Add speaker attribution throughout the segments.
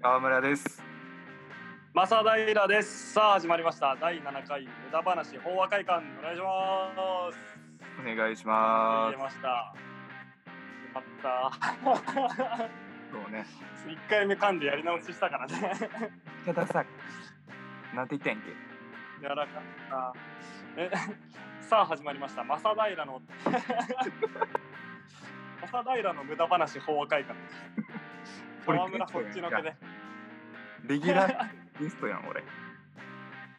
Speaker 1: 川村です。
Speaker 2: 正平です。さあ始まりました。第7回無駄話法話会館お願いします。
Speaker 1: お願いし
Speaker 2: 入
Speaker 1: ま
Speaker 2: れ
Speaker 1: す。
Speaker 2: ました。よかった。
Speaker 1: そうね。
Speaker 2: 一回目噛んでやり直ししたからね。
Speaker 1: たださ、なんて言ったんやっ
Speaker 2: やらかった。え、さあ始まりました。正平の正平の無駄話法話会館です。
Speaker 1: これ
Speaker 2: 川村こっちのけで、
Speaker 1: けレギュラーゲストやん、俺。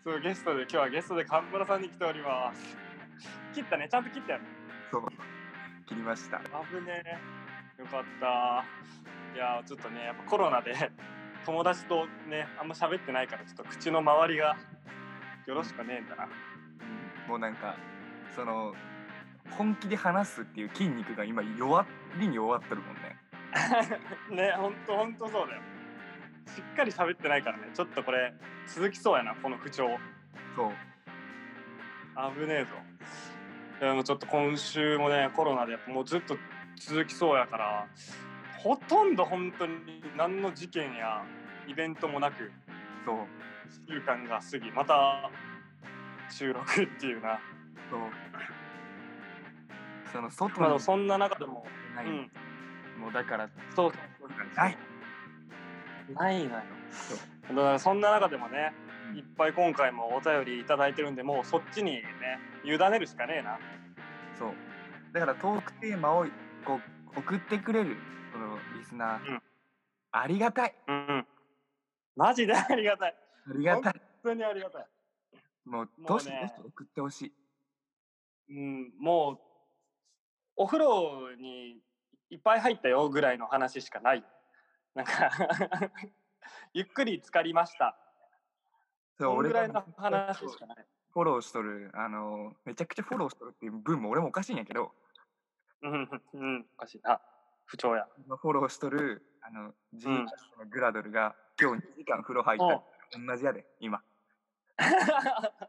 Speaker 2: そうゲストで今日はゲストで川村さんに来ております。切ったね、ちゃんと切ったよ。
Speaker 1: そう。切りました。
Speaker 2: 危ねえよかったいやーちょっとねやっぱコロナで友達とねあんま喋ってないからちょっと口の周りがよろしくねえんだな
Speaker 1: もうなんか、その、本気で話すっていう筋肉が今弱りに弱ってるもんね。
Speaker 2: ねほんとほんとそうだよしっかり喋ってないからねちょっとこれ続きそうやなこの不調
Speaker 1: そう。
Speaker 2: 危ねえぞいやもうちょっと今週もねコロナでやっぱもうずっと続きそうやからほとんど本当に何の事件やイベントもなく
Speaker 1: そう。
Speaker 2: 1週間が過ぎまた収録っていうな、
Speaker 1: そう。その
Speaker 2: ま
Speaker 1: 外
Speaker 2: あ、
Speaker 1: に
Speaker 2: そんな中でも、
Speaker 1: な
Speaker 2: う
Speaker 1: い、
Speaker 2: ん、
Speaker 1: もうだから
Speaker 2: そう
Speaker 1: ない
Speaker 2: ないのよ
Speaker 1: そう
Speaker 2: だからそんな中でもねいっぱい今回もお便りいただいてるんでもうそっちにね委ねるしかねえな
Speaker 1: そう。だからトークテーマをこう送ってくれるこのリスナー、
Speaker 2: うん
Speaker 1: ありがたい。
Speaker 2: うんマジでありがたい
Speaker 1: ありがたい。
Speaker 2: 本当にありがたい
Speaker 1: もう
Speaker 2: もうね
Speaker 1: どうしてどうして送ってほしい。
Speaker 2: うんもうお風呂にいっぱい入ったよぐらいの話しかないなんか ゆっくり浸かりました
Speaker 1: そう
Speaker 2: そん
Speaker 1: 俺
Speaker 2: ぐらいの
Speaker 1: が
Speaker 2: 話しかない
Speaker 1: フォローしとるあのめちゃくちゃフォローしとるっていう分も俺もおかしいんやけど、
Speaker 2: うん、うん、おかしいな。不調や。
Speaker 1: フォローしとるあのジーカスのグラドルが、今日2時間風呂入った
Speaker 2: お
Speaker 1: ら同じやで今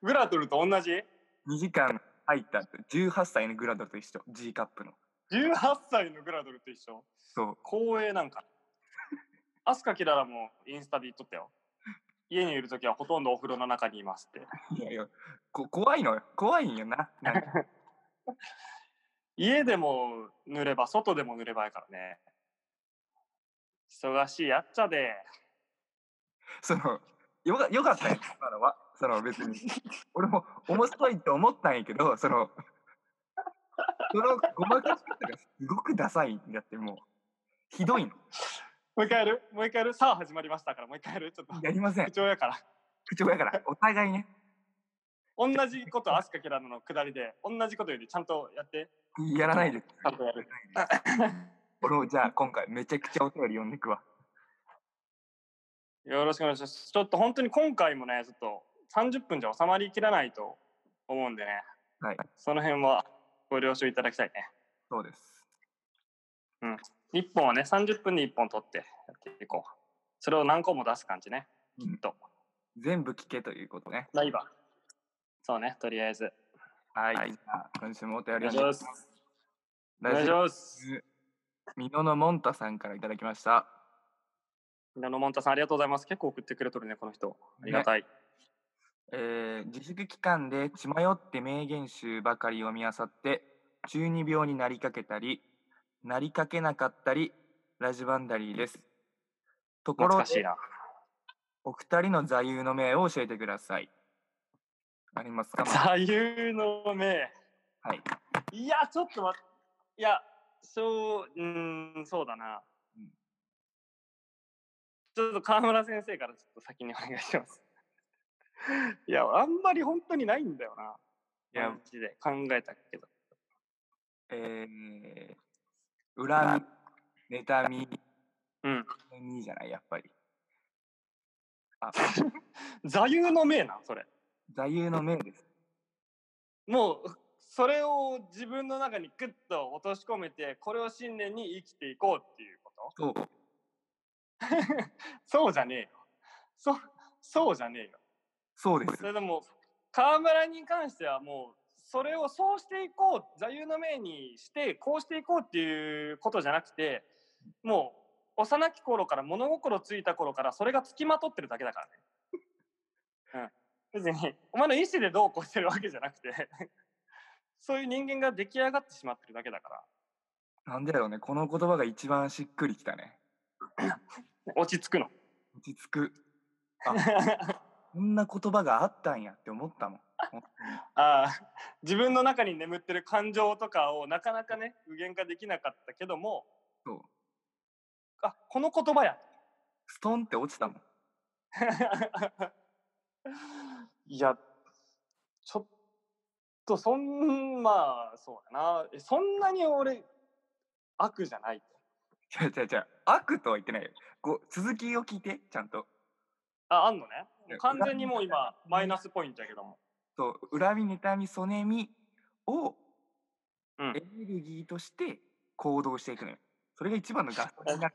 Speaker 2: グラトルと同じ
Speaker 1: 2時間入ったって18歳のグラドルと一緒 G カップの
Speaker 2: ?18 歳のグラトルと一緒
Speaker 1: そう
Speaker 2: 光栄なんか。アスカキララもインスタで言っとったよ。家にいるときはほとんどお風呂の中にいますって。
Speaker 1: いやいやこ怖いのよ怖いんよななんか
Speaker 2: 家でも塗れば、外でも塗ればやからね。忙しいやっちゃで。
Speaker 1: そのよかよかったんや今のはその別に俺も面白いって思ったんやけどその そのごまかし方がすごくダサいんだってもうひどいの
Speaker 2: もう一回やるもう一回やるさあ始まりましたから、もう一回やるちょっと。
Speaker 1: やりませ
Speaker 2: 不
Speaker 1: ん
Speaker 2: 調やから。
Speaker 1: 口調やからお互いね
Speaker 2: 同じことアスカキララの下りで、同じこと言うてちゃんとやって。
Speaker 1: やらないです
Speaker 2: ちゃんとやる。
Speaker 1: 俺もじゃあ今回めちゃくちゃお便り読んでくわ
Speaker 2: よろしくお願いします。ちょっと本当に今回もね、ちょっと30分じゃ収まりきらないと思うんでね、
Speaker 1: はい
Speaker 2: その辺はご了承いただきたい
Speaker 1: そうです
Speaker 2: ね。1本はね、30分で1本取ってやっていこう。それを何個も出す感じね。
Speaker 1: 全部聞けということね
Speaker 2: ライバー。そうね、とりあえず。
Speaker 1: はい、
Speaker 2: はい
Speaker 1: じゃあ今週もお便
Speaker 2: お
Speaker 1: り
Speaker 2: 願い
Speaker 1: 読ん
Speaker 2: し
Speaker 1: でいきま
Speaker 2: ますす。お願
Speaker 1: ラ
Speaker 2: い
Speaker 1: ジ
Speaker 2: し
Speaker 1: オ
Speaker 2: ます。
Speaker 1: 美濃のもんたさんからいただきました
Speaker 2: みなのもんたさん、ありがとうございます。結構送ってくれとるね、この人。ありがたい。
Speaker 1: えー自粛期間で血迷って名言集ばかり読み漁って中二病になりかけたりなりかけなかったりラジバンダリーですとこ
Speaker 2: 懐
Speaker 1: ろ
Speaker 2: かしい
Speaker 1: で
Speaker 2: な。
Speaker 1: お二人の座右の銘を教えてくださいありますか
Speaker 2: 座右の銘。
Speaker 1: はい
Speaker 2: いや、ちょっと待って。いや、そう、うーん、そうだな
Speaker 1: うん。
Speaker 2: ちょっと河村先生からちょっと先にお願いします。 いや、あんまり本当にないんだよな。
Speaker 1: いや
Speaker 2: マジで考えたけど。
Speaker 1: えー、恨み、妬み、
Speaker 2: うん。
Speaker 1: 恨みじゃない、やっぱり。
Speaker 2: 座右の銘な、それ。
Speaker 1: 座右の銘です。
Speaker 2: もう、それを自分の中にグッと落とし込めて、これを信念に生きていこうっていうこと
Speaker 1: そう。
Speaker 2: そうじゃねえよ。そ、そうじゃねえよ。
Speaker 1: そうです
Speaker 2: そ。れでも河村に関してはもうそれをそうしていこう座右の銘にしてこうしていこうっていうことじゃなくても幼き頃から物心ついた頃からそれがつきまとってるだけだからね。うん、別にお前の意思でどうこうしてるわけじゃなくてそういう人間が出来上がってしまってるだけだか
Speaker 1: なんでだろうね、この言葉が一番しっくりきたね。
Speaker 2: ら落ち着くの。
Speaker 1: 落ち着く。こんな言葉があったんやって思ったもん。本当に
Speaker 2: ああ 自分の中に眠ってる感情とかをなかなかね具現化できなかったけども
Speaker 1: そう。
Speaker 2: あこの言葉や
Speaker 1: ストンって落ちたもん。
Speaker 2: いやちょっとそんまあそうやなえそんなに俺悪じゃない
Speaker 1: 違う違う違う。悪とは言ってないよ。こう続きを聞いて、ちゃんと。
Speaker 2: ああんのねもう完全にもう今マイナスポイントやけども
Speaker 1: そう恨み、妬み、そねみを
Speaker 2: うん
Speaker 1: エネルギーとして行動していくのよ。それが一番のガスになる。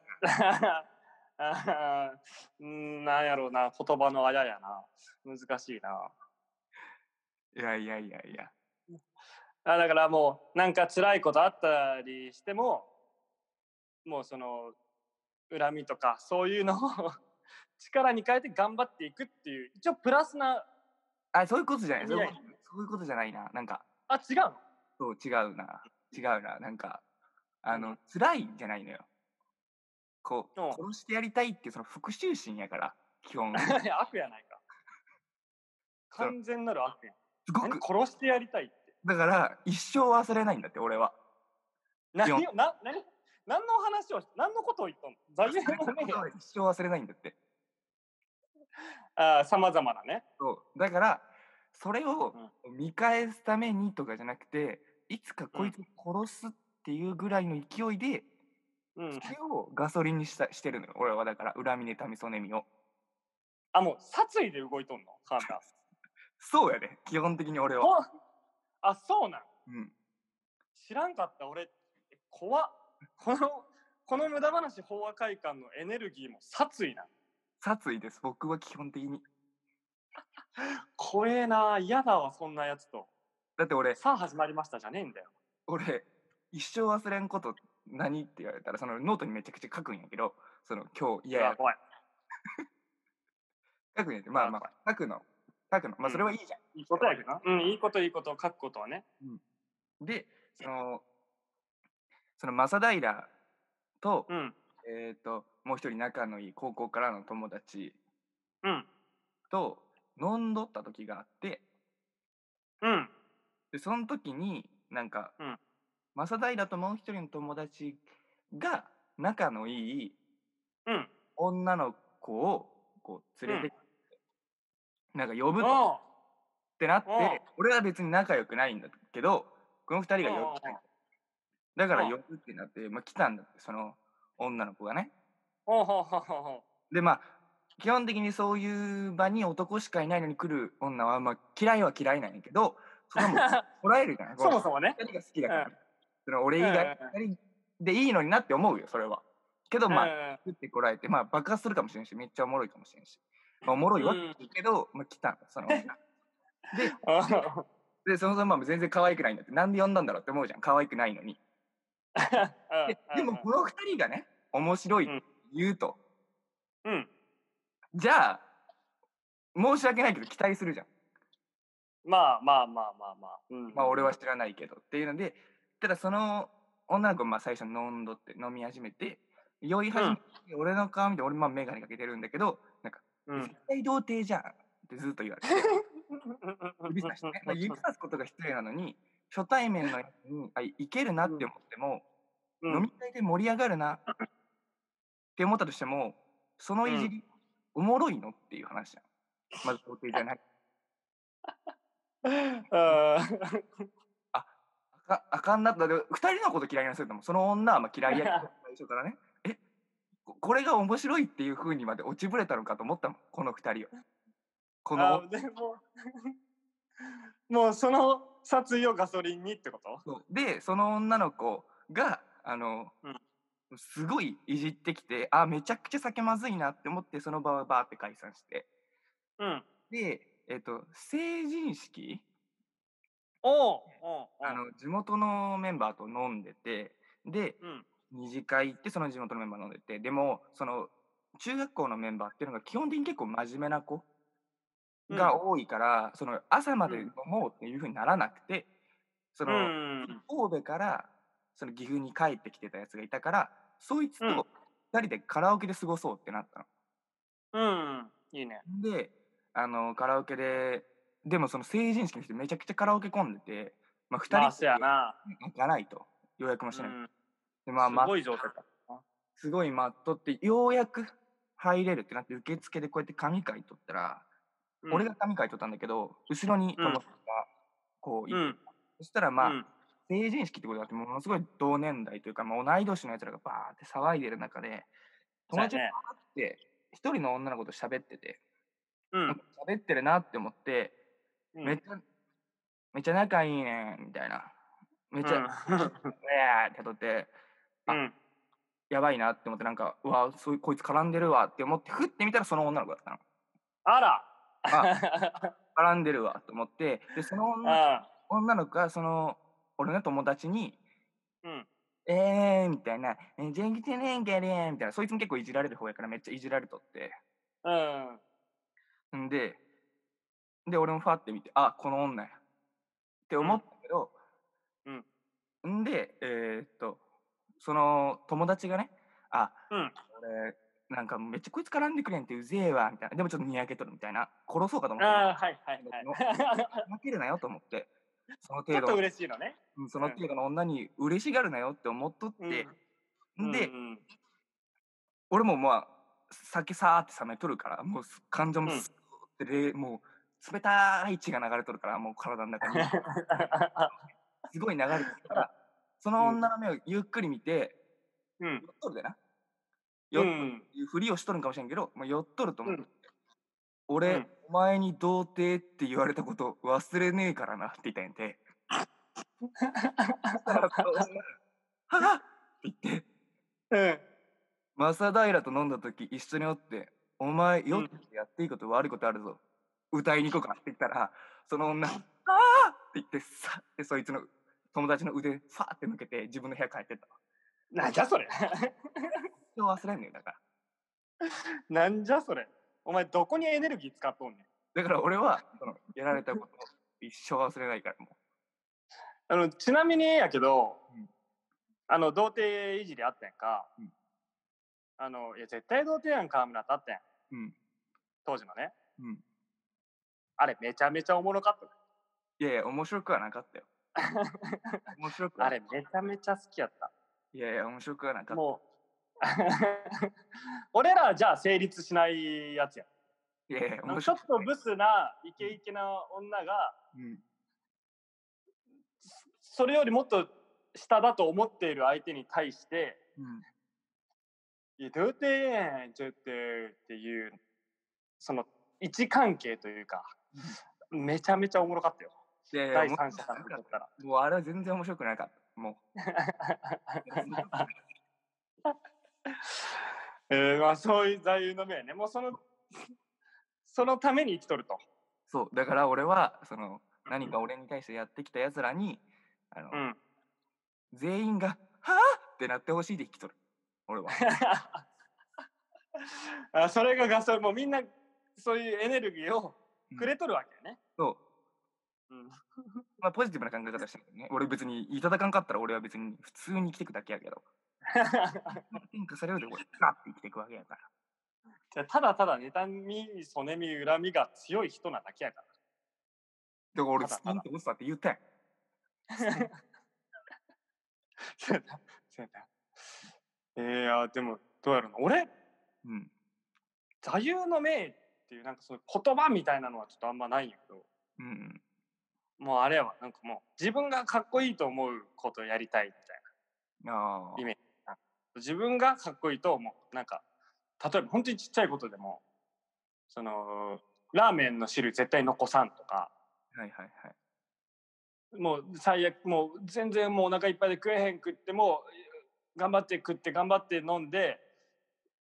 Speaker 2: あーうんなんやろうな言葉のあややな難しいない
Speaker 1: やいやいやいや。
Speaker 2: あだからもうなんか辛いことあったりしてももうその恨みとかそういうのを 力に変えて頑張っていくっていう一応プラスな
Speaker 1: あ、そういうことじゃない。
Speaker 2: い
Speaker 1: そう
Speaker 2: や
Speaker 1: い
Speaker 2: いうや
Speaker 1: ことそういうことじゃないな。なんか、
Speaker 2: あ違うの
Speaker 1: そう違うな。違うな。なんか、あの、辛いんじゃないのよ。こう
Speaker 2: うん、
Speaker 1: 殺してやりたいっていうその復讐心やから、基 本。
Speaker 2: いや悪やないか
Speaker 1: そう
Speaker 2: 完全なる悪やん
Speaker 1: すご
Speaker 2: 何
Speaker 1: く。
Speaker 2: 殺してやりたいって
Speaker 1: だから、一生忘れないんだって、俺は。
Speaker 2: 何
Speaker 1: い
Speaker 2: をな何何の話を何のことを言っとんの座右の銘や
Speaker 1: 一生忘れないんだって。
Speaker 2: あー様々なね
Speaker 1: そうだからそれを見返すためにとかじゃなくていつかこいつを殺すっていうぐらいの勢いで、
Speaker 2: うん
Speaker 1: それをガソリンにしたしてるのよ俺はだから恨み妬みそねみを
Speaker 2: あもう殺意で動いとんの神田
Speaker 1: そうやで基本的に俺は、
Speaker 2: ほ あそうなん
Speaker 1: うん、
Speaker 2: 知らんかった俺え怖っこのこの無駄話法和会館のエネルギーも殺意なの
Speaker 1: 殺意です僕は基本的に
Speaker 2: 怖えな嫌だわそんなやつと
Speaker 1: だって俺
Speaker 2: さあ始まりましたじゃねえんだよ
Speaker 1: 俺一生忘れんこと何って言われたらそのノートにめちゃくちゃ書くんやけどその今日
Speaker 2: い
Speaker 1: 嫌や
Speaker 2: 怖い
Speaker 1: 書くんやけどまあまあ書くの書くのま
Speaker 2: う
Speaker 1: あ
Speaker 2: ん
Speaker 1: それはいいじゃん
Speaker 2: いいことやけどなうんいいこといいこと書くことはね
Speaker 1: でそのその正平と、
Speaker 2: うん
Speaker 1: えっ、ともう一人仲のいい高校からの友達
Speaker 2: うん
Speaker 1: と飲んどった時があって
Speaker 2: うん
Speaker 1: でその時になんか、
Speaker 2: うん
Speaker 1: 正平ともう一人の友達が仲のいい
Speaker 2: うん
Speaker 1: 女の子をこう連れて、なんか呼ぶっ
Speaker 2: おう
Speaker 1: てなって
Speaker 2: うん
Speaker 1: 俺は別に仲良くないんだけどこの二人が呼ぶ
Speaker 2: うん
Speaker 1: だから
Speaker 2: うん
Speaker 1: 呼ぶってなって、まあ、来たんだってその女の子がね。
Speaker 2: おうほうほうほ うほ
Speaker 1: でまあ基本的にそういう場に男しかいないのに来る女は、まあ、嫌いは嫌いなんやけどそ こも
Speaker 2: う
Speaker 1: こらえるじゃない
Speaker 2: そもそもね
Speaker 1: 2人が好きだから、
Speaker 2: うん
Speaker 1: その俺以外
Speaker 2: うん
Speaker 1: 二人でいいのになって思うよそれはけどまあ
Speaker 2: あ
Speaker 1: 作ってこらえてまあ爆発するかもしれんしめっちゃおもろいかもしれんし、まあ、おもろいわけだけど、まあ、来たのその女 でそのまま全然可愛くないんだってなんで呼んだんだろうって思うじゃん可愛くないのにででもこの2人がね面白いって言うと、
Speaker 2: うん
Speaker 1: じゃあ申し訳ないけど期待するじゃん
Speaker 2: まあまあまあまあまあうん
Speaker 1: まあ俺は知らないけどっていうのでただその女の子まあ最初飲んどって飲み始めて酔い始めて、俺の顔見て俺まあ眼鏡かけてるんだけどなんか「
Speaker 2: うん
Speaker 1: 絶対童貞じゃん」ってずっと言われて 指さして、ねまあ、指さすことが失礼なのに初対面のやつにあいけるなって思っても、
Speaker 2: うん
Speaker 1: 飲み会で盛り上がるなって思ったとしてもそのいじり、おもろいのっていう話じゃん。まず童貞じゃ ない
Speaker 2: うん
Speaker 1: あかあかんなったで二人のこと嫌いにするともその女はまあ嫌いやけど最初 からねえここれが面白いっていうふうにまで落ちぶれたのかと思ったもんこの二人をこ
Speaker 2: あ
Speaker 1: の
Speaker 2: でも もうその殺意をガソリンにってこと
Speaker 1: そうでその女の子があの、
Speaker 2: うん
Speaker 1: すごいいじってきてあめちゃくちゃ酒まずいなって思ってその場はバーって解散して
Speaker 2: うん
Speaker 1: でえっ、と成人式
Speaker 2: おうおうおう
Speaker 1: あの地元のメンバーと飲んでてで
Speaker 2: うん
Speaker 1: 二次会行ってその地元のメンバー飲んでてでもその中学校のメンバーっていうのが基本的に結構真面目な子が多いから、その朝まで飲もうっていうふうにならなくて、その、
Speaker 2: うん。
Speaker 1: 神戸からその岐阜に帰ってきてたやつがいたからそいつ
Speaker 2: うん
Speaker 1: と2人でカラオケで過ごそうってなった
Speaker 2: うん。いいね。
Speaker 1: の。であのカラオケででもその成人式の人めちゃくちゃカラオケ混んでて、まあ、
Speaker 2: ま
Speaker 1: 2
Speaker 2: あ、
Speaker 1: 人
Speaker 2: せやな。
Speaker 1: 行かないと予約もし
Speaker 2: う
Speaker 1: ない。
Speaker 2: ん。
Speaker 1: ですまあます
Speaker 2: ごい状態だ。
Speaker 1: すごい待っとってようやく入れるってなって受付でこうやって紙書いとったら、
Speaker 2: うん
Speaker 1: 俺が。紙書いとったんだけど後ろに友達がこういて、
Speaker 2: うん。
Speaker 1: そしたらまあ、
Speaker 2: うん
Speaker 1: 成人式ってことだってものすごい同年代というか、まあ、同い年のやつらがバーって騒いでる中で友達
Speaker 2: そ
Speaker 1: が
Speaker 2: うやね
Speaker 1: パーって一人の女の子と喋ってて
Speaker 2: うん。
Speaker 1: 喋ってるなって思って
Speaker 2: うん
Speaker 1: めっちゃ、めっちゃ仲いいねみたいなめっちゃ、うわーってやっとって
Speaker 2: うん。うん
Speaker 1: やばいなって思ってなんかうわそういうこいつ絡んでるわって思ってふってみたらその女の子だったの
Speaker 2: あら。
Speaker 1: 絡んでるわと思ってでその女
Speaker 2: あ。
Speaker 1: 女の子がその俺の友達に
Speaker 2: うん。
Speaker 1: えーみたいな、えー、元気でねんけりんみたいな、そいつも結構いじられる方やからめっちゃいじられとって。
Speaker 2: うん。
Speaker 1: んで、で、俺もファって見て、あ、この女や。って思ったけど、
Speaker 2: うん
Speaker 1: んで、えーっと、その友達がね、あ、
Speaker 2: うん
Speaker 1: 俺、なんかめっちゃこいつ絡んでくれんってうぜえわ、みたいな。でもちょっとにやけとるみたいな。殺そうかと思って、
Speaker 2: ああ、はいはいはい。
Speaker 1: 負けるなよと思って、その
Speaker 2: ちょ
Speaker 1: 程
Speaker 2: っと
Speaker 1: 度、
Speaker 2: 嬉しいのね。
Speaker 1: うんその程度の女に嬉しがるなよって思っとって、
Speaker 2: うん
Speaker 1: ん、で、
Speaker 2: うん
Speaker 1: 俺もまあ酒さーって冷めとるからもうす感情も
Speaker 2: うん
Speaker 1: すーってれ、もう冷たい血が流れとるからもう体の中にすごい流れてるからその女の目をゆっくり見て、
Speaker 2: うん。
Speaker 1: 寄っとるでな
Speaker 2: う
Speaker 1: 寄っ
Speaker 2: ん。
Speaker 1: ふりをしとるんかもしれんけど、まあ、寄っとると思う、
Speaker 2: うん
Speaker 1: 俺、
Speaker 2: うん
Speaker 1: お前に童貞って言われたこと忘れねえからなって言ったんやてそしたらその女がはっって言って
Speaker 2: うん。
Speaker 1: 正平と飲んだ時一緒におって「お前よってやっていいこと悪いことあるぞ、歌いに行こうか」って言ったらその女「ああ!」って言ってさってそいつの友達の腕ファーって抜けて自分の部屋帰ってった
Speaker 2: なんじゃそれ。
Speaker 1: 今日忘れんねんだから
Speaker 2: なんじゃそれ。お前どこにエネルギー使っとんねん。
Speaker 1: だから俺 はそのやられたことを一生忘れないからも
Speaker 2: あのちなみにやけど、
Speaker 1: うん
Speaker 2: あの童貞いじりあったやんか、
Speaker 1: うん
Speaker 2: あのいや絶対童貞やん河村ってあったやん
Speaker 1: ううん
Speaker 2: 当時のね
Speaker 1: うん
Speaker 2: あれめちゃめちゃおもろかったね
Speaker 1: いやいや面白くはなかったよ面白くは
Speaker 2: あれめちゃめちゃ好きやっ
Speaker 1: いやいや面白くはなか
Speaker 2: た
Speaker 1: った
Speaker 2: もう 俺らはじゃあ成立しないやつや
Speaker 1: いやいや面
Speaker 2: ちょ
Speaker 1: 白
Speaker 2: っ
Speaker 1: く
Speaker 2: と
Speaker 1: はない
Speaker 2: ブスなイケイケな女が
Speaker 1: うん
Speaker 2: それよりもっと下だと思っている相手に対して
Speaker 1: うん
Speaker 2: いや、どうてやん、ちょっとっていう、その位置関係というか、めちゃめちゃおもろかったよ。
Speaker 1: いやいや
Speaker 2: 第
Speaker 1: 面
Speaker 2: 三
Speaker 1: 白
Speaker 2: 者
Speaker 1: く
Speaker 2: か
Speaker 1: なか
Speaker 2: ら見と
Speaker 1: っ
Speaker 2: ったら。
Speaker 1: たもうあれは全然面白くなかったもう
Speaker 2: えー、まあそういう座右の銘やね。もうその、そのために生きとると。
Speaker 1: そう、だから俺は、その、何か俺に対してやってきた奴らに、あの、
Speaker 2: うん。
Speaker 1: 全員が、はぁってなってほしいで引き取る。俺は。
Speaker 2: あそれがガソリン、もうみんなそういうエネルギーをくれとるわけやね。
Speaker 1: そう。
Speaker 2: うん。
Speaker 1: まあ、ポジティブな考え方してるけどね。俺別に、いただかんかったら俺は別に普通に生きてくだけやけど。変化されるで俺、ガって生きてくわけやから。
Speaker 2: じゃあただただ妬み、そねみ、恨みが強い人なだけやか
Speaker 1: だから俺、
Speaker 2: ただ
Speaker 1: ス
Speaker 2: ただ
Speaker 1: キンって落ちたって言ったやん。
Speaker 2: ら。 そうやな。そうやな。えー、いやでも、どうやろうな。俺、
Speaker 1: うん。
Speaker 2: 座右の銘っていうなんかその言葉みたいなのはちょっとあんまないんやけど
Speaker 1: うん。
Speaker 2: もうあれやわなんかもう自分がかっこいいと思うことをやりたいみたい
Speaker 1: ああ
Speaker 2: イ。メな自分がかっこいいと思うなんか例えば本当にちっちゃいことでもそのラーメンの汁絶対残さんとか
Speaker 1: はいはいはい。
Speaker 2: もう最悪もう全然もうお腹いっぱいで食えへん食っても頑張って食って頑張って飲んで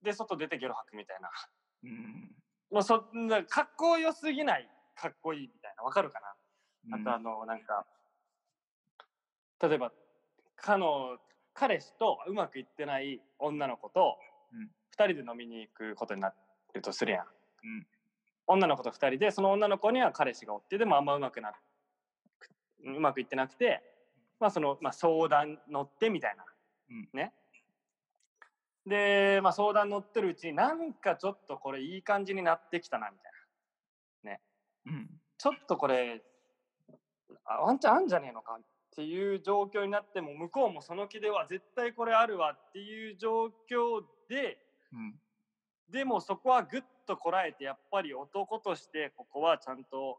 Speaker 2: で外出てゲロ吐くみたいな
Speaker 1: うん。
Speaker 2: もうそんなかっこよすぎないかっこいいみたいなわかるかな
Speaker 1: うん
Speaker 2: あとあの、なんか、例えば、かの、彼氏とうまくいってない女の子と
Speaker 1: うん
Speaker 2: 2人で飲みに行くことになるとするやん。
Speaker 1: ん
Speaker 2: 女の子と2人でその女の子には彼氏がおってでもあんまうまくなくうまくいってなくて、まあそのまあ、相談乗ってみたいな。
Speaker 1: うん
Speaker 2: ね。で、まあ、相談乗ってるうちになんかちょっとこれいい感じになってきたなみたいな。
Speaker 1: うん。
Speaker 2: ちょっとこれあワンチャンあんじゃねえのかっていう状況になっても向こうもその気では絶対これあるわっていう状況で
Speaker 1: うん。
Speaker 2: でもそこはぐっとこらえてやっぱり男としてここはちゃんと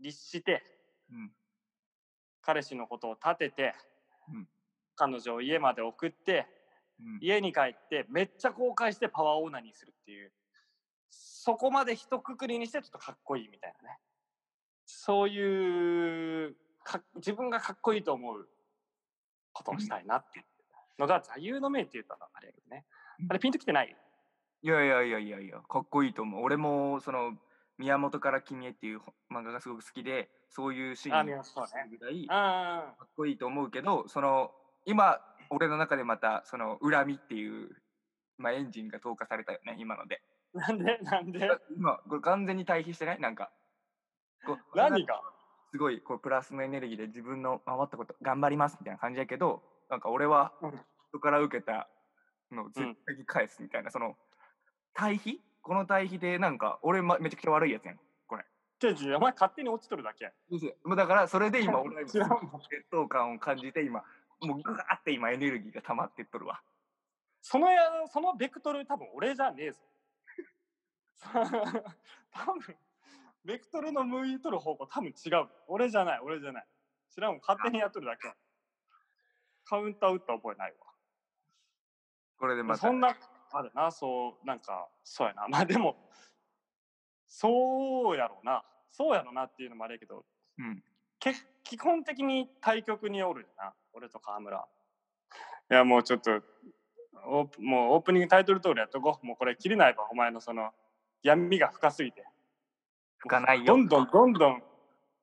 Speaker 2: 律して
Speaker 1: うん。
Speaker 2: 彼氏のことを立てて、
Speaker 1: うん
Speaker 2: 彼女を家まで送って
Speaker 1: うん。
Speaker 2: 家に帰ってめっちゃ後悔してパワーオーナーにするっていうそこまで一括りにしてちょっとかっこいいみたいなねそういうか自分がかっこいいと思うことをしたいなっていうのが座右の銘って言ったらあれやけどねあれピンときてない
Speaker 1: いやいやいやいやいや、かっこいいと思う。俺も、その、宮本から君へっていう漫画がすごく好きで、そういうシー
Speaker 2: あ
Speaker 1: ン
Speaker 2: 宮
Speaker 1: が
Speaker 2: 本そうね
Speaker 1: ぐらいか
Speaker 2: あ
Speaker 1: っこいいと思うけど、その、今、俺の中でまた、その、恨みっていう、まあ、エンジンが投下されたよね、今ので。
Speaker 2: あなんでな んで
Speaker 1: 今、これ完全に対比してないなんか。こう
Speaker 2: 何が
Speaker 1: すごいこうプラスのエネルギーで自分の守ったこと頑張りますみたいな感じやけどなんか俺は
Speaker 2: うん
Speaker 1: 人から受けたのを絶対に返すみたいな、その対比この対比でなんか俺、ま、めちゃくちゃ悪いやつやん
Speaker 2: ケージお前勝手に落ちとるだけや
Speaker 1: もうだからそれで今俺は
Speaker 2: 違う
Speaker 1: 劣
Speaker 2: もん
Speaker 1: 等感を感じて今もうグワーって今エネルギーが溜まってっとるわ
Speaker 2: そのやそのベクトル多分俺じゃねえぞ。 多分ベクトルの向いとる方向多分違う。俺じゃない俺じゃない。知らんもん勝手にやっとるだけ。カウンター打った覚えない
Speaker 1: これで
Speaker 2: わ。
Speaker 1: また
Speaker 2: そんなあるなそうなんかそうやな。まあでもそうやろうなそうやろうなっていうのもあれやけど
Speaker 1: うん
Speaker 2: け基本的に対局におるよな俺と川村いやもうちょっとオープもうオープニングタイトル通りやっとこうもうこれ切れないわお前のその闇が深すぎて
Speaker 1: 吹かない
Speaker 2: ど
Speaker 1: よ
Speaker 2: んどんどんどん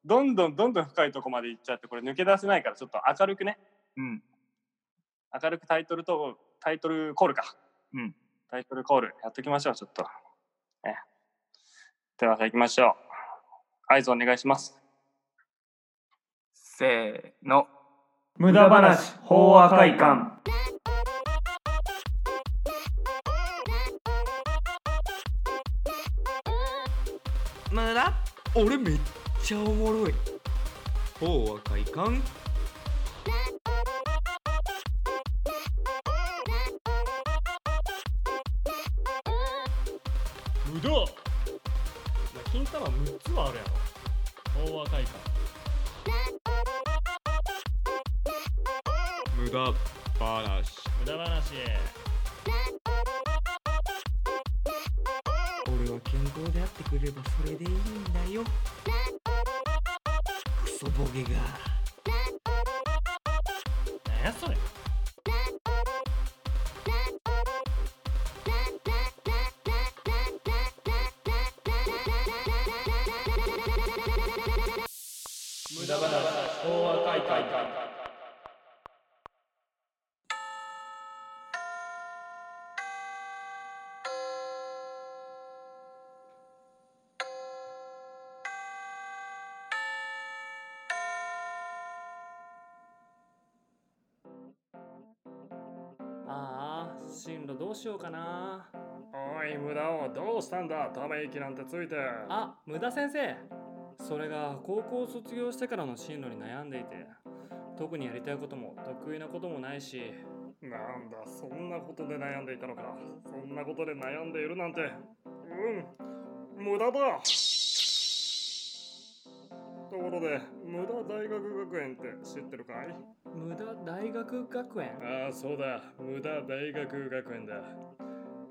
Speaker 2: どんどんどんどん深いとこまで行っちゃってこれ抜け出せないからちょっと明るくね
Speaker 1: うん
Speaker 2: 明るくタイトルとタイトルコールか、
Speaker 1: うん、
Speaker 2: タイトルコールやっときましょうちょっと、ね、では行きましょう合図お願いします
Speaker 1: せーの
Speaker 2: 無
Speaker 1: 駄話法話会館
Speaker 3: 無駄俺めっちゃおもろい法は快感
Speaker 2: 無駄お前金玉6つはあるやろ法和会館
Speaker 3: 無駄話
Speaker 2: 無駄話
Speaker 3: 俺は健康であってくればそれでいいんだよクソボケが
Speaker 2: 何やそれ無駄話法和会館ああ進路どうしようかな
Speaker 4: おい、無駄をどうしたんだため息なんてついて。
Speaker 2: あ無駄先生それが高校を卒業してからの進路に悩んでいて特にやりたいことも得意なこともないし
Speaker 4: なんだ、そんなことで悩んでいたのか。そんなことで悩んでいるなんて。うん、無駄だ。ところで、無駄大学学園って知ってるかい
Speaker 2: 無駄大学学園
Speaker 4: ああ、そうだ。無駄大学学園だ。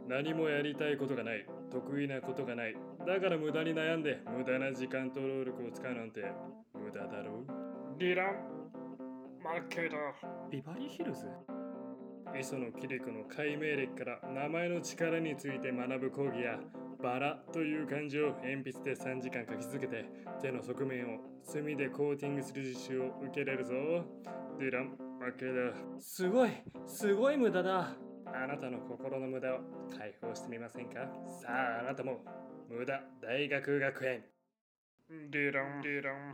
Speaker 4: 何もやりたいことがない。得意なことがない。だから無駄に悩んで、無駄な時間と労力を使うなんて、無駄だろう。リラン、負けだ。
Speaker 2: ビバリーヒルズ
Speaker 4: 磯野キリコの解明歴から名前の力について学ぶ講義やバラという漢字を鉛筆で3時間書き続けて手の側面を墨でコーティングする実習を受けれるぞディラン負けだすごいすごい無駄だあなたの心の無駄を解放してみませんかさああなたも無駄大学学園ディロンディロン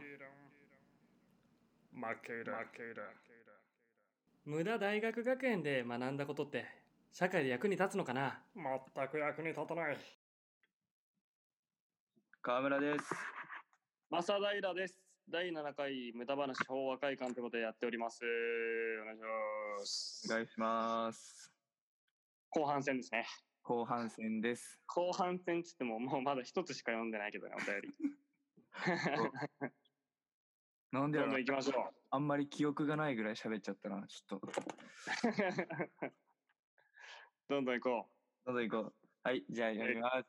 Speaker 4: 負けだ負けだ
Speaker 3: 無駄大学学園で学んだことって社会で役に立つのかな
Speaker 4: 全く役に立たない
Speaker 5: 川村です。
Speaker 2: 正平です。第7回無駄話法和会館ということでやっております。お願いします
Speaker 1: お。願いします。
Speaker 2: 後半戦ですね。
Speaker 1: 後半戦です。
Speaker 2: 後半戦っつっても、もうまだ一つしか読んでないけどね、お便り。
Speaker 1: なんで
Speaker 2: ど
Speaker 1: や
Speaker 2: ん
Speaker 1: ろ
Speaker 2: どん行きましょ
Speaker 1: あんまり記憶がないぐらい喋っちゃったな。ちょっと。
Speaker 2: う。 どんどん行こ
Speaker 1: どうぞ行こう。はい、じゃあ読みます。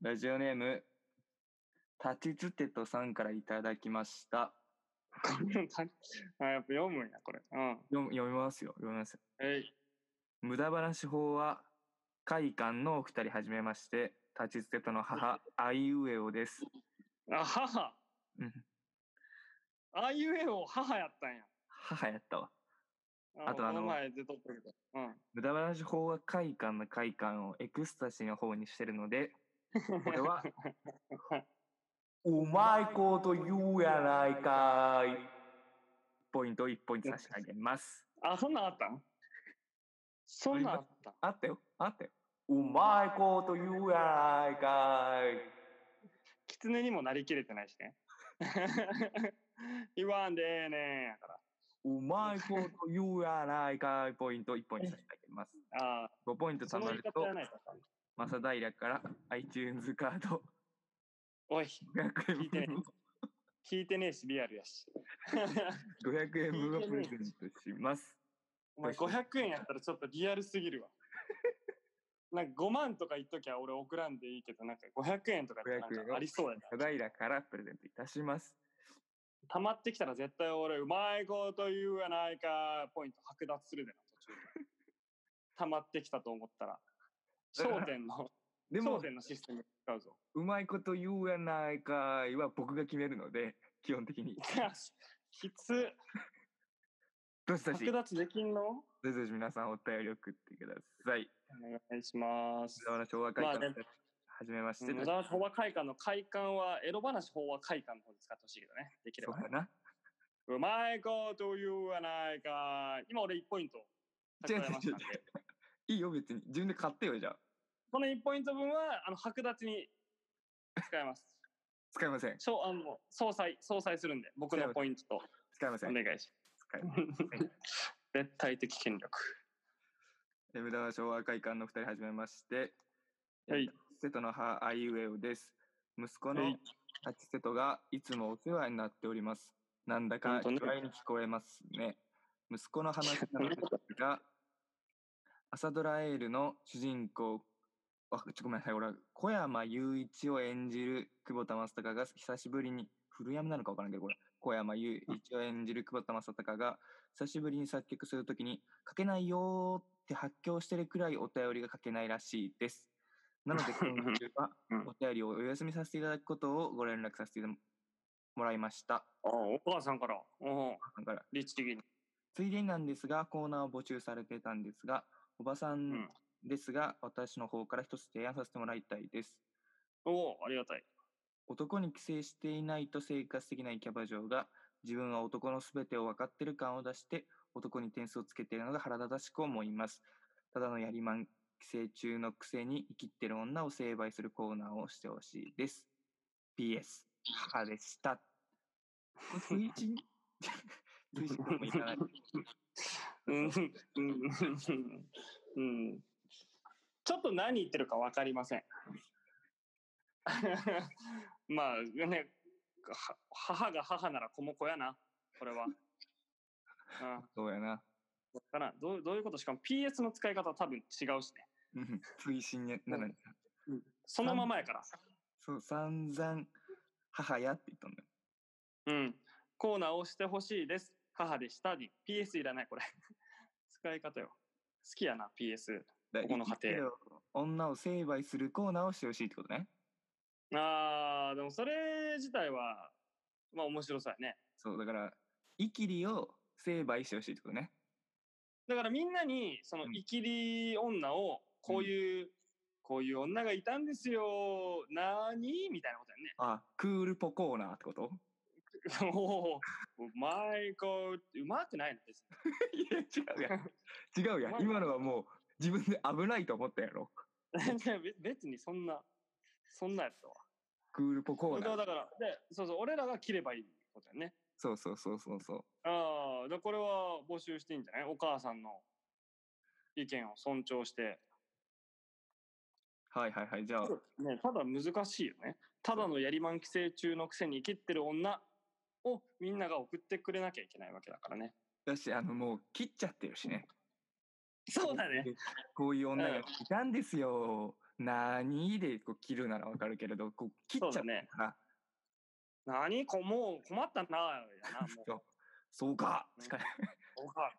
Speaker 1: ラジオネーム、タチツテトさんからいただきました。
Speaker 2: う。あ、やっぱ読むんや、これ。うん。
Speaker 1: 読む読みますよ。読みますよ。
Speaker 2: えい。
Speaker 1: 無駄話法は、会館のお二人はじめまして、タチツテトの母、アイウエオです。
Speaker 2: あ、母
Speaker 1: うん
Speaker 2: あいうえを母やったんや。
Speaker 1: 母やったわ。
Speaker 2: あ
Speaker 1: あとあの
Speaker 2: この前出とったけど。うん。
Speaker 1: 無駄話法は快感の快感をエクスタシーの方にしてるので、これは、うまいこと言うやないかい。ポイントを1ポイント差し上げます。
Speaker 2: あ、そんなんあったんそんなんあったん
Speaker 1: あったよ、あったよ。うまいこと言うやないか
Speaker 2: 狐にもなりきれてないしね。 言わんでええねんやから。
Speaker 1: い。うまいこと言うやないかい。ポイント1ポイント差し上げます。
Speaker 2: あ
Speaker 1: 5ポイント
Speaker 2: あ、そ
Speaker 1: 貯
Speaker 2: の
Speaker 1: ま
Speaker 2: 言
Speaker 1: る
Speaker 2: い方
Speaker 1: と
Speaker 2: じゃ、ないか。
Speaker 1: マサダイラから iTunes カード
Speaker 2: おい、
Speaker 1: 500円
Speaker 2: 聞いてね
Speaker 1: 分を
Speaker 2: 聞いてねえし、リアルやし。
Speaker 1: 500円分を
Speaker 2: 聞いて
Speaker 1: プレ
Speaker 2: ね
Speaker 1: ゼントします。
Speaker 2: お前500円やったらちょっとリアルすぎるわ。 なんか5万とか言っときゃ俺送らんでいいけど、なんか500円とかやったらなんかありそうやな。
Speaker 1: ただいらからプレゼントいたします。
Speaker 2: 溜まってきたら絶対俺、うまいこと言うやないか、ポイント剥奪するでな、途中で。 溜まってきたと思ったら。焦点の、
Speaker 1: で
Speaker 2: 焦
Speaker 1: も、
Speaker 2: 点のシステム使うぞ。
Speaker 1: うまいこと言うやないかいは僕が決めるので、 基本的 に。
Speaker 2: きつ。
Speaker 1: どしどし、
Speaker 2: 剥
Speaker 1: どし
Speaker 2: 奪できんの
Speaker 1: どし皆さんお便り送ってください。
Speaker 2: お願いします
Speaker 1: 無。駄話昭和会
Speaker 2: まあ
Speaker 1: 館
Speaker 2: でも
Speaker 1: はじめまして。
Speaker 2: 無駄法話会館の会館は、エロ話法話会館の方に使ってほしいけどね。できれ
Speaker 1: そ
Speaker 2: ば
Speaker 1: う。だな。
Speaker 2: うまいこと言うやないか。今俺1ポイント。
Speaker 1: 違う違
Speaker 2: 蓄えま
Speaker 1: う違
Speaker 2: し
Speaker 1: う
Speaker 2: たんで。
Speaker 1: いいよ、別に。自分で買ってよ、じゃあ。
Speaker 2: この1ポイント分は、あの、剥奪に使います。
Speaker 1: 使いません。
Speaker 2: しょあの、総裁、総裁するんで、僕のポイントと
Speaker 1: 使いませ
Speaker 2: お
Speaker 1: ん。
Speaker 2: 願いし
Speaker 1: 使い
Speaker 2: ま。
Speaker 1: ます
Speaker 2: 絶対的権力。
Speaker 1: す。無駄話昭和会館の二人はじめまして。
Speaker 2: はい。
Speaker 1: 瀬戸の母、アイウェオです。息子
Speaker 2: は
Speaker 1: の
Speaker 2: い
Speaker 1: タチセトがいつもお世話になっております。なんだ
Speaker 2: ほん
Speaker 1: か
Speaker 2: とね
Speaker 1: 意外に聞こえますね。息子の話なのですが、朝ドラエールの主人公、あ、ちょ、ごめんなさい、俺は小山雄一を演じる久保田正孝が久しぶりに、古山なのかわからんけど、これ。小山雄一を演じる久保田正孝が久しぶりに作曲するときに、書けないよーって発狂してるくらいお便りが書けないらしいです。なので、今週は
Speaker 2: うん
Speaker 1: お便りをお休みさせていただくことをご連絡させてもらいました。
Speaker 2: あお母さんから、う
Speaker 1: だ
Speaker 2: ん、
Speaker 1: から、
Speaker 2: 律的に。
Speaker 1: ついでになんですが、コーナーを募集されてたんですが、おばさ
Speaker 2: うん
Speaker 1: んですが、私の方から一つ提案させてもらいたいです。
Speaker 2: おお、ありがたい。
Speaker 1: 男に寄生していないと生活できないキャバ嬢が、自分は男の全てを分かってる感を出して、男に点数をつけているのが腹立たしく思います。ただのやりまん寄生中のくせに生きってる女を成敗するコーナーをしてほしいです。PS、母で した。これ推進推進でもいらない。
Speaker 2: うんうんうんちょっと何言ってるか分かりません。 まあね、は母が母なら子も子やな、これは。うん、
Speaker 1: そうやな。
Speaker 2: だからどうどういうことしかも PS の使い方は多分違うしね。
Speaker 1: うん推進やなのに。
Speaker 2: そのままやから。
Speaker 1: そう、散々、母やって言ったんだよ。
Speaker 2: うん。コーナーをしてほしいです。母でしたに。PS いらない、これ。 使い方よ。好きやな、PS。
Speaker 1: だ
Speaker 2: ここの家
Speaker 1: 生
Speaker 2: 庭。
Speaker 1: きてる女を成敗するコーナーをしてほしいってことね。
Speaker 2: あー、でもそれ自体は、まあ面白さやね。
Speaker 1: そう、だから、イキリを成敗してほしいってことね。
Speaker 2: だからみんなに、その
Speaker 1: うん
Speaker 2: イキリ女を、こういう、こういう女がいたんですよ、なーにみたいなことやんね。
Speaker 1: あ、クールポコーナーってこと
Speaker 2: おお、マイコうまくないの別に。
Speaker 1: いや、違うや ん。違うやん。今のはもう、自分で危ないと思ったやろ。
Speaker 2: 別別にそんな、そんなやつは。
Speaker 1: クールポコー
Speaker 2: 本当
Speaker 1: ナ
Speaker 2: は
Speaker 1: ー。
Speaker 2: だから、で、そうそう、俺らが切ればいいことやね。
Speaker 1: そうそうそうそうそう。
Speaker 2: ああ、で、これは募集していいんじゃないお母さんの意見を尊重して。
Speaker 1: はいはいはい。じゃあ、
Speaker 2: ね、ただ難しいよね。ただのやりまん寄生虫のくせに生きってる女をみんなが送ってくれなきゃいけないわけだからね。
Speaker 1: だし、あの、もう切っちゃってるしね。
Speaker 2: そうだね。
Speaker 1: こういう女が
Speaker 2: うん
Speaker 1: いたんですよ。なーにでこう切るならわかるけれど、こう切っちゃ
Speaker 2: そう
Speaker 1: っ
Speaker 2: だね。
Speaker 1: たら、
Speaker 2: 何こもう困ったな、やな、もう。
Speaker 1: そうそうか
Speaker 2: ね
Speaker 1: しかない
Speaker 2: そうか。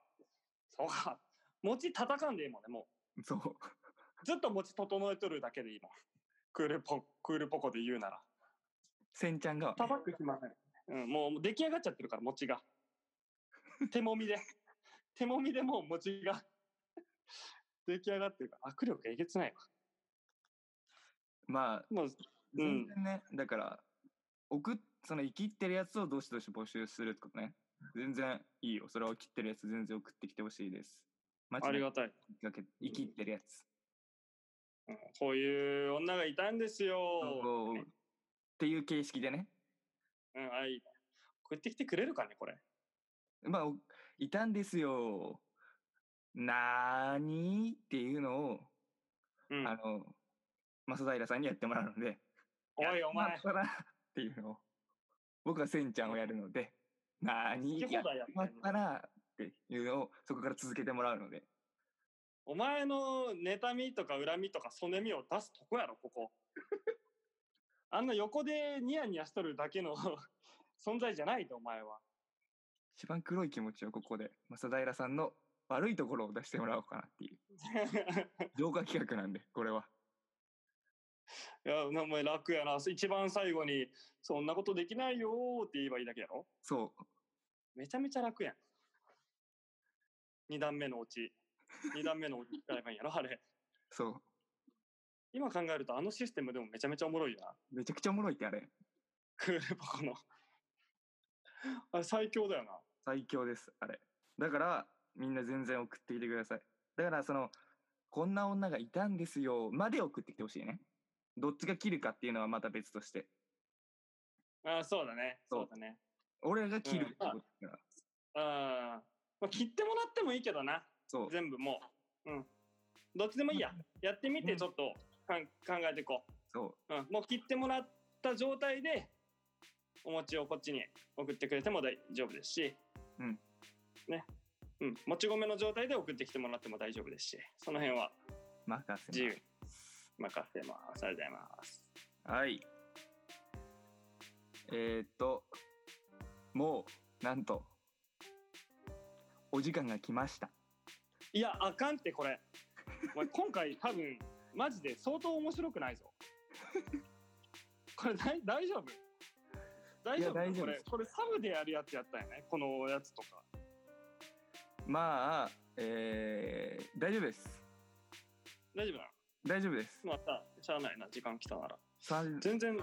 Speaker 2: そうか。餅叩かんでいいもんね、も
Speaker 1: そう。
Speaker 2: う。ずっと餅整えとるだけでいいもん。クールポ、クールポコで言うなら。
Speaker 1: せんちゃんが、
Speaker 2: 叩くしません。うん、もう出来上がっちゃってるから、餅が。手もみで。手もみでもう餅が。出来上がってるから。握力がえげつないわ。
Speaker 1: まあ、
Speaker 2: もう、うん
Speaker 1: 全然ね、だから、送っ、その生きってるやつをどしどし募集するってことね。全然いいよ。それを切ってるやつ全然送ってきてほしいです。マ
Speaker 2: あり
Speaker 1: が
Speaker 2: がたい。
Speaker 1: け生きってるやつ。
Speaker 2: うんこういう女がいたんですよ。
Speaker 1: おーっていう形式でね。
Speaker 2: うん、あ、いいね。送ってきてくれるかね、これ。
Speaker 1: まあ、おいたんですよ。なーにーっていうのを、
Speaker 2: うん。
Speaker 1: あの、増平さんにやってもらうので。
Speaker 2: おい、お前
Speaker 1: やっ。たらっていうのを、僕はせんちゃんをやるので、なーに
Speaker 2: 好き
Speaker 1: や
Speaker 2: 放
Speaker 1: っ
Speaker 2: 題やっててん
Speaker 1: も
Speaker 2: の
Speaker 1: らったらっていうのを、そこから続けてもらうので。
Speaker 2: お前の妬みとか恨みとかそねみを出すとこやろ、ここ。あんな横でニヤニヤしとるだけの存在じゃないで、お前は。
Speaker 1: 一番黒い気持ちをここで、正平さんの悪いところを出してもらおうかなっていう。浄化企画なんで、これは。
Speaker 2: いや、お前楽やな。一番最後に、そんなことできないよーって言えばいいだけやろ。
Speaker 1: そう。
Speaker 2: めちゃめちゃ楽やん。二段目のオチ。二段目の オチ使えばいいんやろ、あれ。
Speaker 1: そ
Speaker 2: 今考えると、あのシステムでもめちゃめちゃおもろいよな。
Speaker 1: う。めちゃくちゃおもろいってあれ。
Speaker 2: クールポコの。あれ最強だよな。
Speaker 1: 最強です、あれ。だから、みんな全然送ってきてください。だから、その、こんな女がいたんですよ、まで送ってきてほしいね。どっちが切るかっていうのはまた別として。
Speaker 2: あそうだね。
Speaker 1: そう
Speaker 2: そうだね。
Speaker 1: 俺が切る
Speaker 2: う
Speaker 1: っ
Speaker 2: ん
Speaker 1: てことだから。
Speaker 2: うん。まあ、切ってもらってもいいけどな。
Speaker 1: そう。
Speaker 2: 全部もう。うん。どっちでもいいや。やってみてちょっとかん考えていこ。
Speaker 1: そう
Speaker 2: うん。もう切ってもらった状態で、お餅をこっちに送ってくれても大丈夫ですし。
Speaker 1: うん。
Speaker 2: ね。うん。もち米の状態で送ってきてもらっても大丈夫ですし。その辺は
Speaker 1: う、任せます
Speaker 2: 自由。任せます。ありがとうございます。
Speaker 1: はい。えー、っと、もう、なんと、お時間が来ました。
Speaker 2: いや、あかんってこれ。お前今回多分、マジで相当面白くないぞ。これ大大丈夫大丈夫
Speaker 1: いや大丈夫
Speaker 2: こ
Speaker 1: で
Speaker 2: れ
Speaker 1: す、
Speaker 2: これサブでやるやつやったよね。このやつとか。
Speaker 1: まあ、えー、大丈夫です。
Speaker 2: 大丈夫な
Speaker 1: 大丈夫です。
Speaker 2: のまた、しゃあないな、時間来たなら。
Speaker 1: さ
Speaker 2: 全然、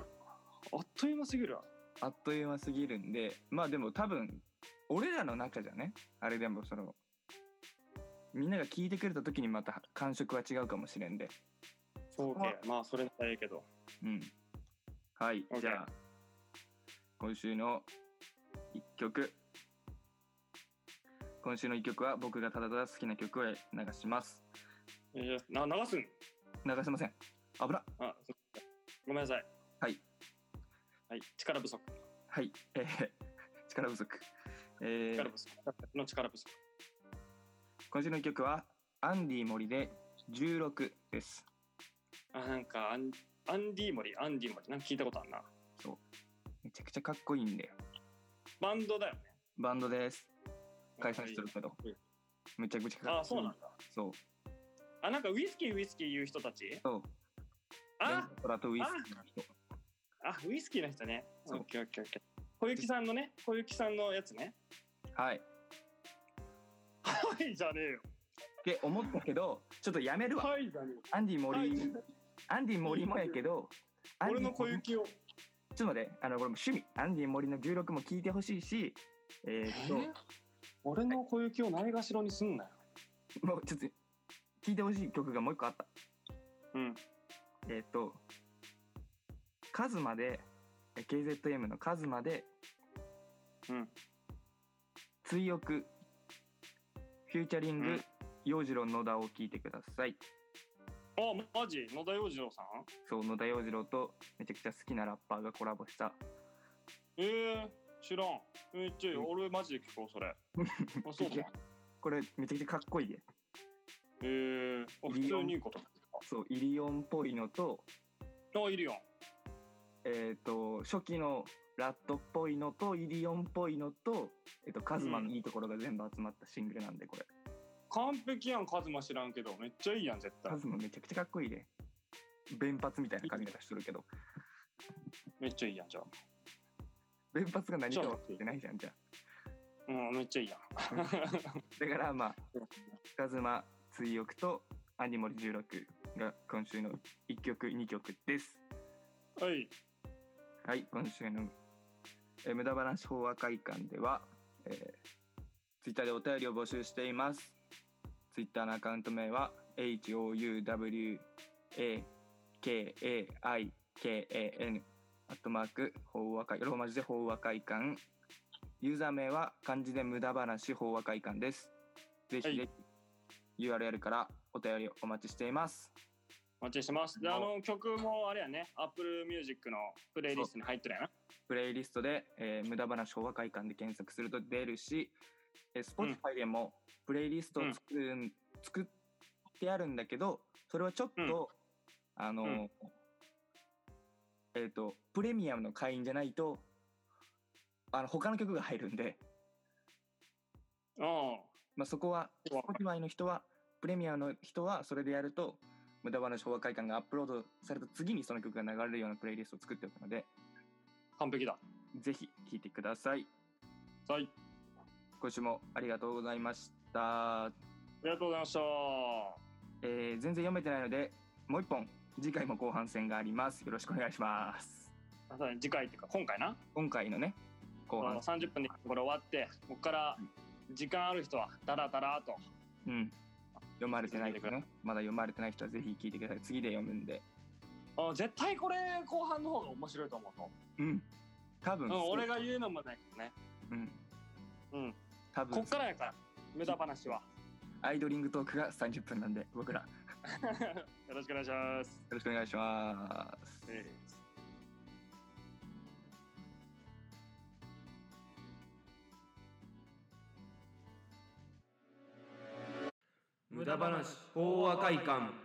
Speaker 2: あっという間すぎるわ。
Speaker 1: あっという間すぎるんで、まあでも多分、俺らの中じゃね、あれでもその、みんなが聞いてくれた時にまた感触は違うかもしれんで。
Speaker 2: そうけ。まあ、それならええけど。
Speaker 1: うん。はい、
Speaker 2: OK
Speaker 1: じゃあ、今週の一曲。今週の一曲は僕がただただ好きな曲を流します。
Speaker 2: いやな流すん
Speaker 1: 流しません。危な
Speaker 2: あ、そごめんなさい。
Speaker 1: はい。
Speaker 2: はい、力不足。
Speaker 1: はい、えー力不足。えー
Speaker 2: 力不足。の力不足。
Speaker 1: 今週の一曲は、アンディ森で16です。
Speaker 2: あ、なんかアン、アンディ森、アンディ森。なんか聞いたことあるな。
Speaker 1: めちゃくちゃかっこいいんだよ。
Speaker 2: バンドだよね。
Speaker 1: バンドです。解散してるけど
Speaker 2: うん。
Speaker 1: めちゃくちゃかっこいい。
Speaker 2: あ、そうなんだ。
Speaker 1: そう。
Speaker 2: あ、なんかウイスキーウイスキー言う人たち
Speaker 1: そう。
Speaker 2: あ、
Speaker 1: トラとウイスキーの人。
Speaker 2: あ、ウイスキーの人ね。
Speaker 1: そう
Speaker 2: オッケーオッケーオッケー。小雪さんのね、小雪さんのやつね。
Speaker 1: はい。
Speaker 2: いじゃねえよ。
Speaker 1: て思ったけどちょっとやめるわ
Speaker 2: はいじゃねえよ。
Speaker 1: アンディ森、
Speaker 2: はい
Speaker 1: アンディ森もやけどアンディ
Speaker 2: 俺の小雪を。
Speaker 1: ちょっと待ってあのこれも趣味アンディ森の16も聞いてほしいしえーっと、
Speaker 2: 俺の小雪をないがしろにすんなよ。
Speaker 1: もうちょっと聞いてほしい曲がもう一個あった
Speaker 2: うん。
Speaker 1: えーっとカズマで KZM のカズマで
Speaker 2: うん。
Speaker 1: 追憶フューチャリン
Speaker 2: う
Speaker 1: グ
Speaker 2: ん
Speaker 1: 洋次郎野田を聞いてください
Speaker 2: あ、マジ野田洋次郎さん
Speaker 1: そう野田洋次郎とめちゃくちゃ好きなラッパーがコラボした
Speaker 2: ええ知らん。めっちゃいいよ。俺マジで聞こう、 それ。あ、そうだ。
Speaker 1: これめちゃくちゃかっこいいで
Speaker 2: ええー。あ、普通にいいこと。
Speaker 1: そうイリオンっぽいのと
Speaker 2: あ、いるよ。
Speaker 1: えっ、と初期のラットっぽいのとイリオンっぽいのと,、えっとカズマのいいところが全部集まったシングルなんでこれ、
Speaker 2: 完璧やん、カズマ知らんけど。めっちゃいいやん、絶
Speaker 1: カ
Speaker 2: 対。
Speaker 1: ズマめちゃくちゃかっこいいで弁髪みたいな髪型してるけど
Speaker 2: めっちゃいいやん、じゃあ。
Speaker 1: 弁髪が何かは言ってないじゃんじゃあ
Speaker 2: うん、めっちゃいいやん。
Speaker 1: だからまあカズマ追憶とアニモリ16が今週の1曲2曲です
Speaker 2: はい。
Speaker 1: はい、今週の、えー無駄話法話会館では、えー、ツイッターでお便りを募集しています。ツイッターのアカウント名は howakakikan アットマーク法話会ローマ字で法話会館ユーザー名は漢字で無駄話法話会館です。ぜひぜひ URL からお便りお待ちしています。
Speaker 2: お待ちしてます。で、あの曲もあれやね、Apple Music のプレイリストに入ってるやな。
Speaker 1: プレイリストで、えー無駄話昭和会館で検索すると出るし、えー、Spotify でもプレイリストを作る、作ってあるんだけどそれはちょっと、あのーえっ、とプレミアムの会員じゃないとあの他の曲が入るんで、
Speaker 2: うん。
Speaker 1: まあ、そこは
Speaker 2: そう
Speaker 1: Spotify の人はプレミアムの人はそれでやると無駄話昭和会館がアップロードされた次にその曲が流れるようなプレイリストを作っておくので
Speaker 2: 完璧だ。
Speaker 1: ぜひ聴いてください。
Speaker 2: はい。
Speaker 1: 今週もありがとうございました。
Speaker 2: ありがとうございました。
Speaker 1: えー全然読めてないので、もう一本、次回も後半戦があります。よろしくお願いします。
Speaker 2: あそうだね次回っていうか、今回な。
Speaker 1: 今回のね、後
Speaker 2: あ
Speaker 1: 半
Speaker 2: の、30分でこれ終わって、ここから時間ある人はダラダラと。
Speaker 1: うん、読まれてない人ね、まだ読まれてない人はぜひ聞いてください。次で読むんで、
Speaker 2: あ絶対これ後半の方が面白いと思うの。
Speaker 1: うん、多分、
Speaker 2: うん、俺が言うのもないけどね。
Speaker 1: うん、
Speaker 2: うん。
Speaker 1: 多
Speaker 2: こ
Speaker 1: 分
Speaker 2: っ、からやから、無駄話は。
Speaker 1: アイドリングトークが30分なんで、僕ら、よ
Speaker 2: よろしくお願いします。
Speaker 1: ろしくお願いします。
Speaker 2: ええ
Speaker 3: 無駄話法話会館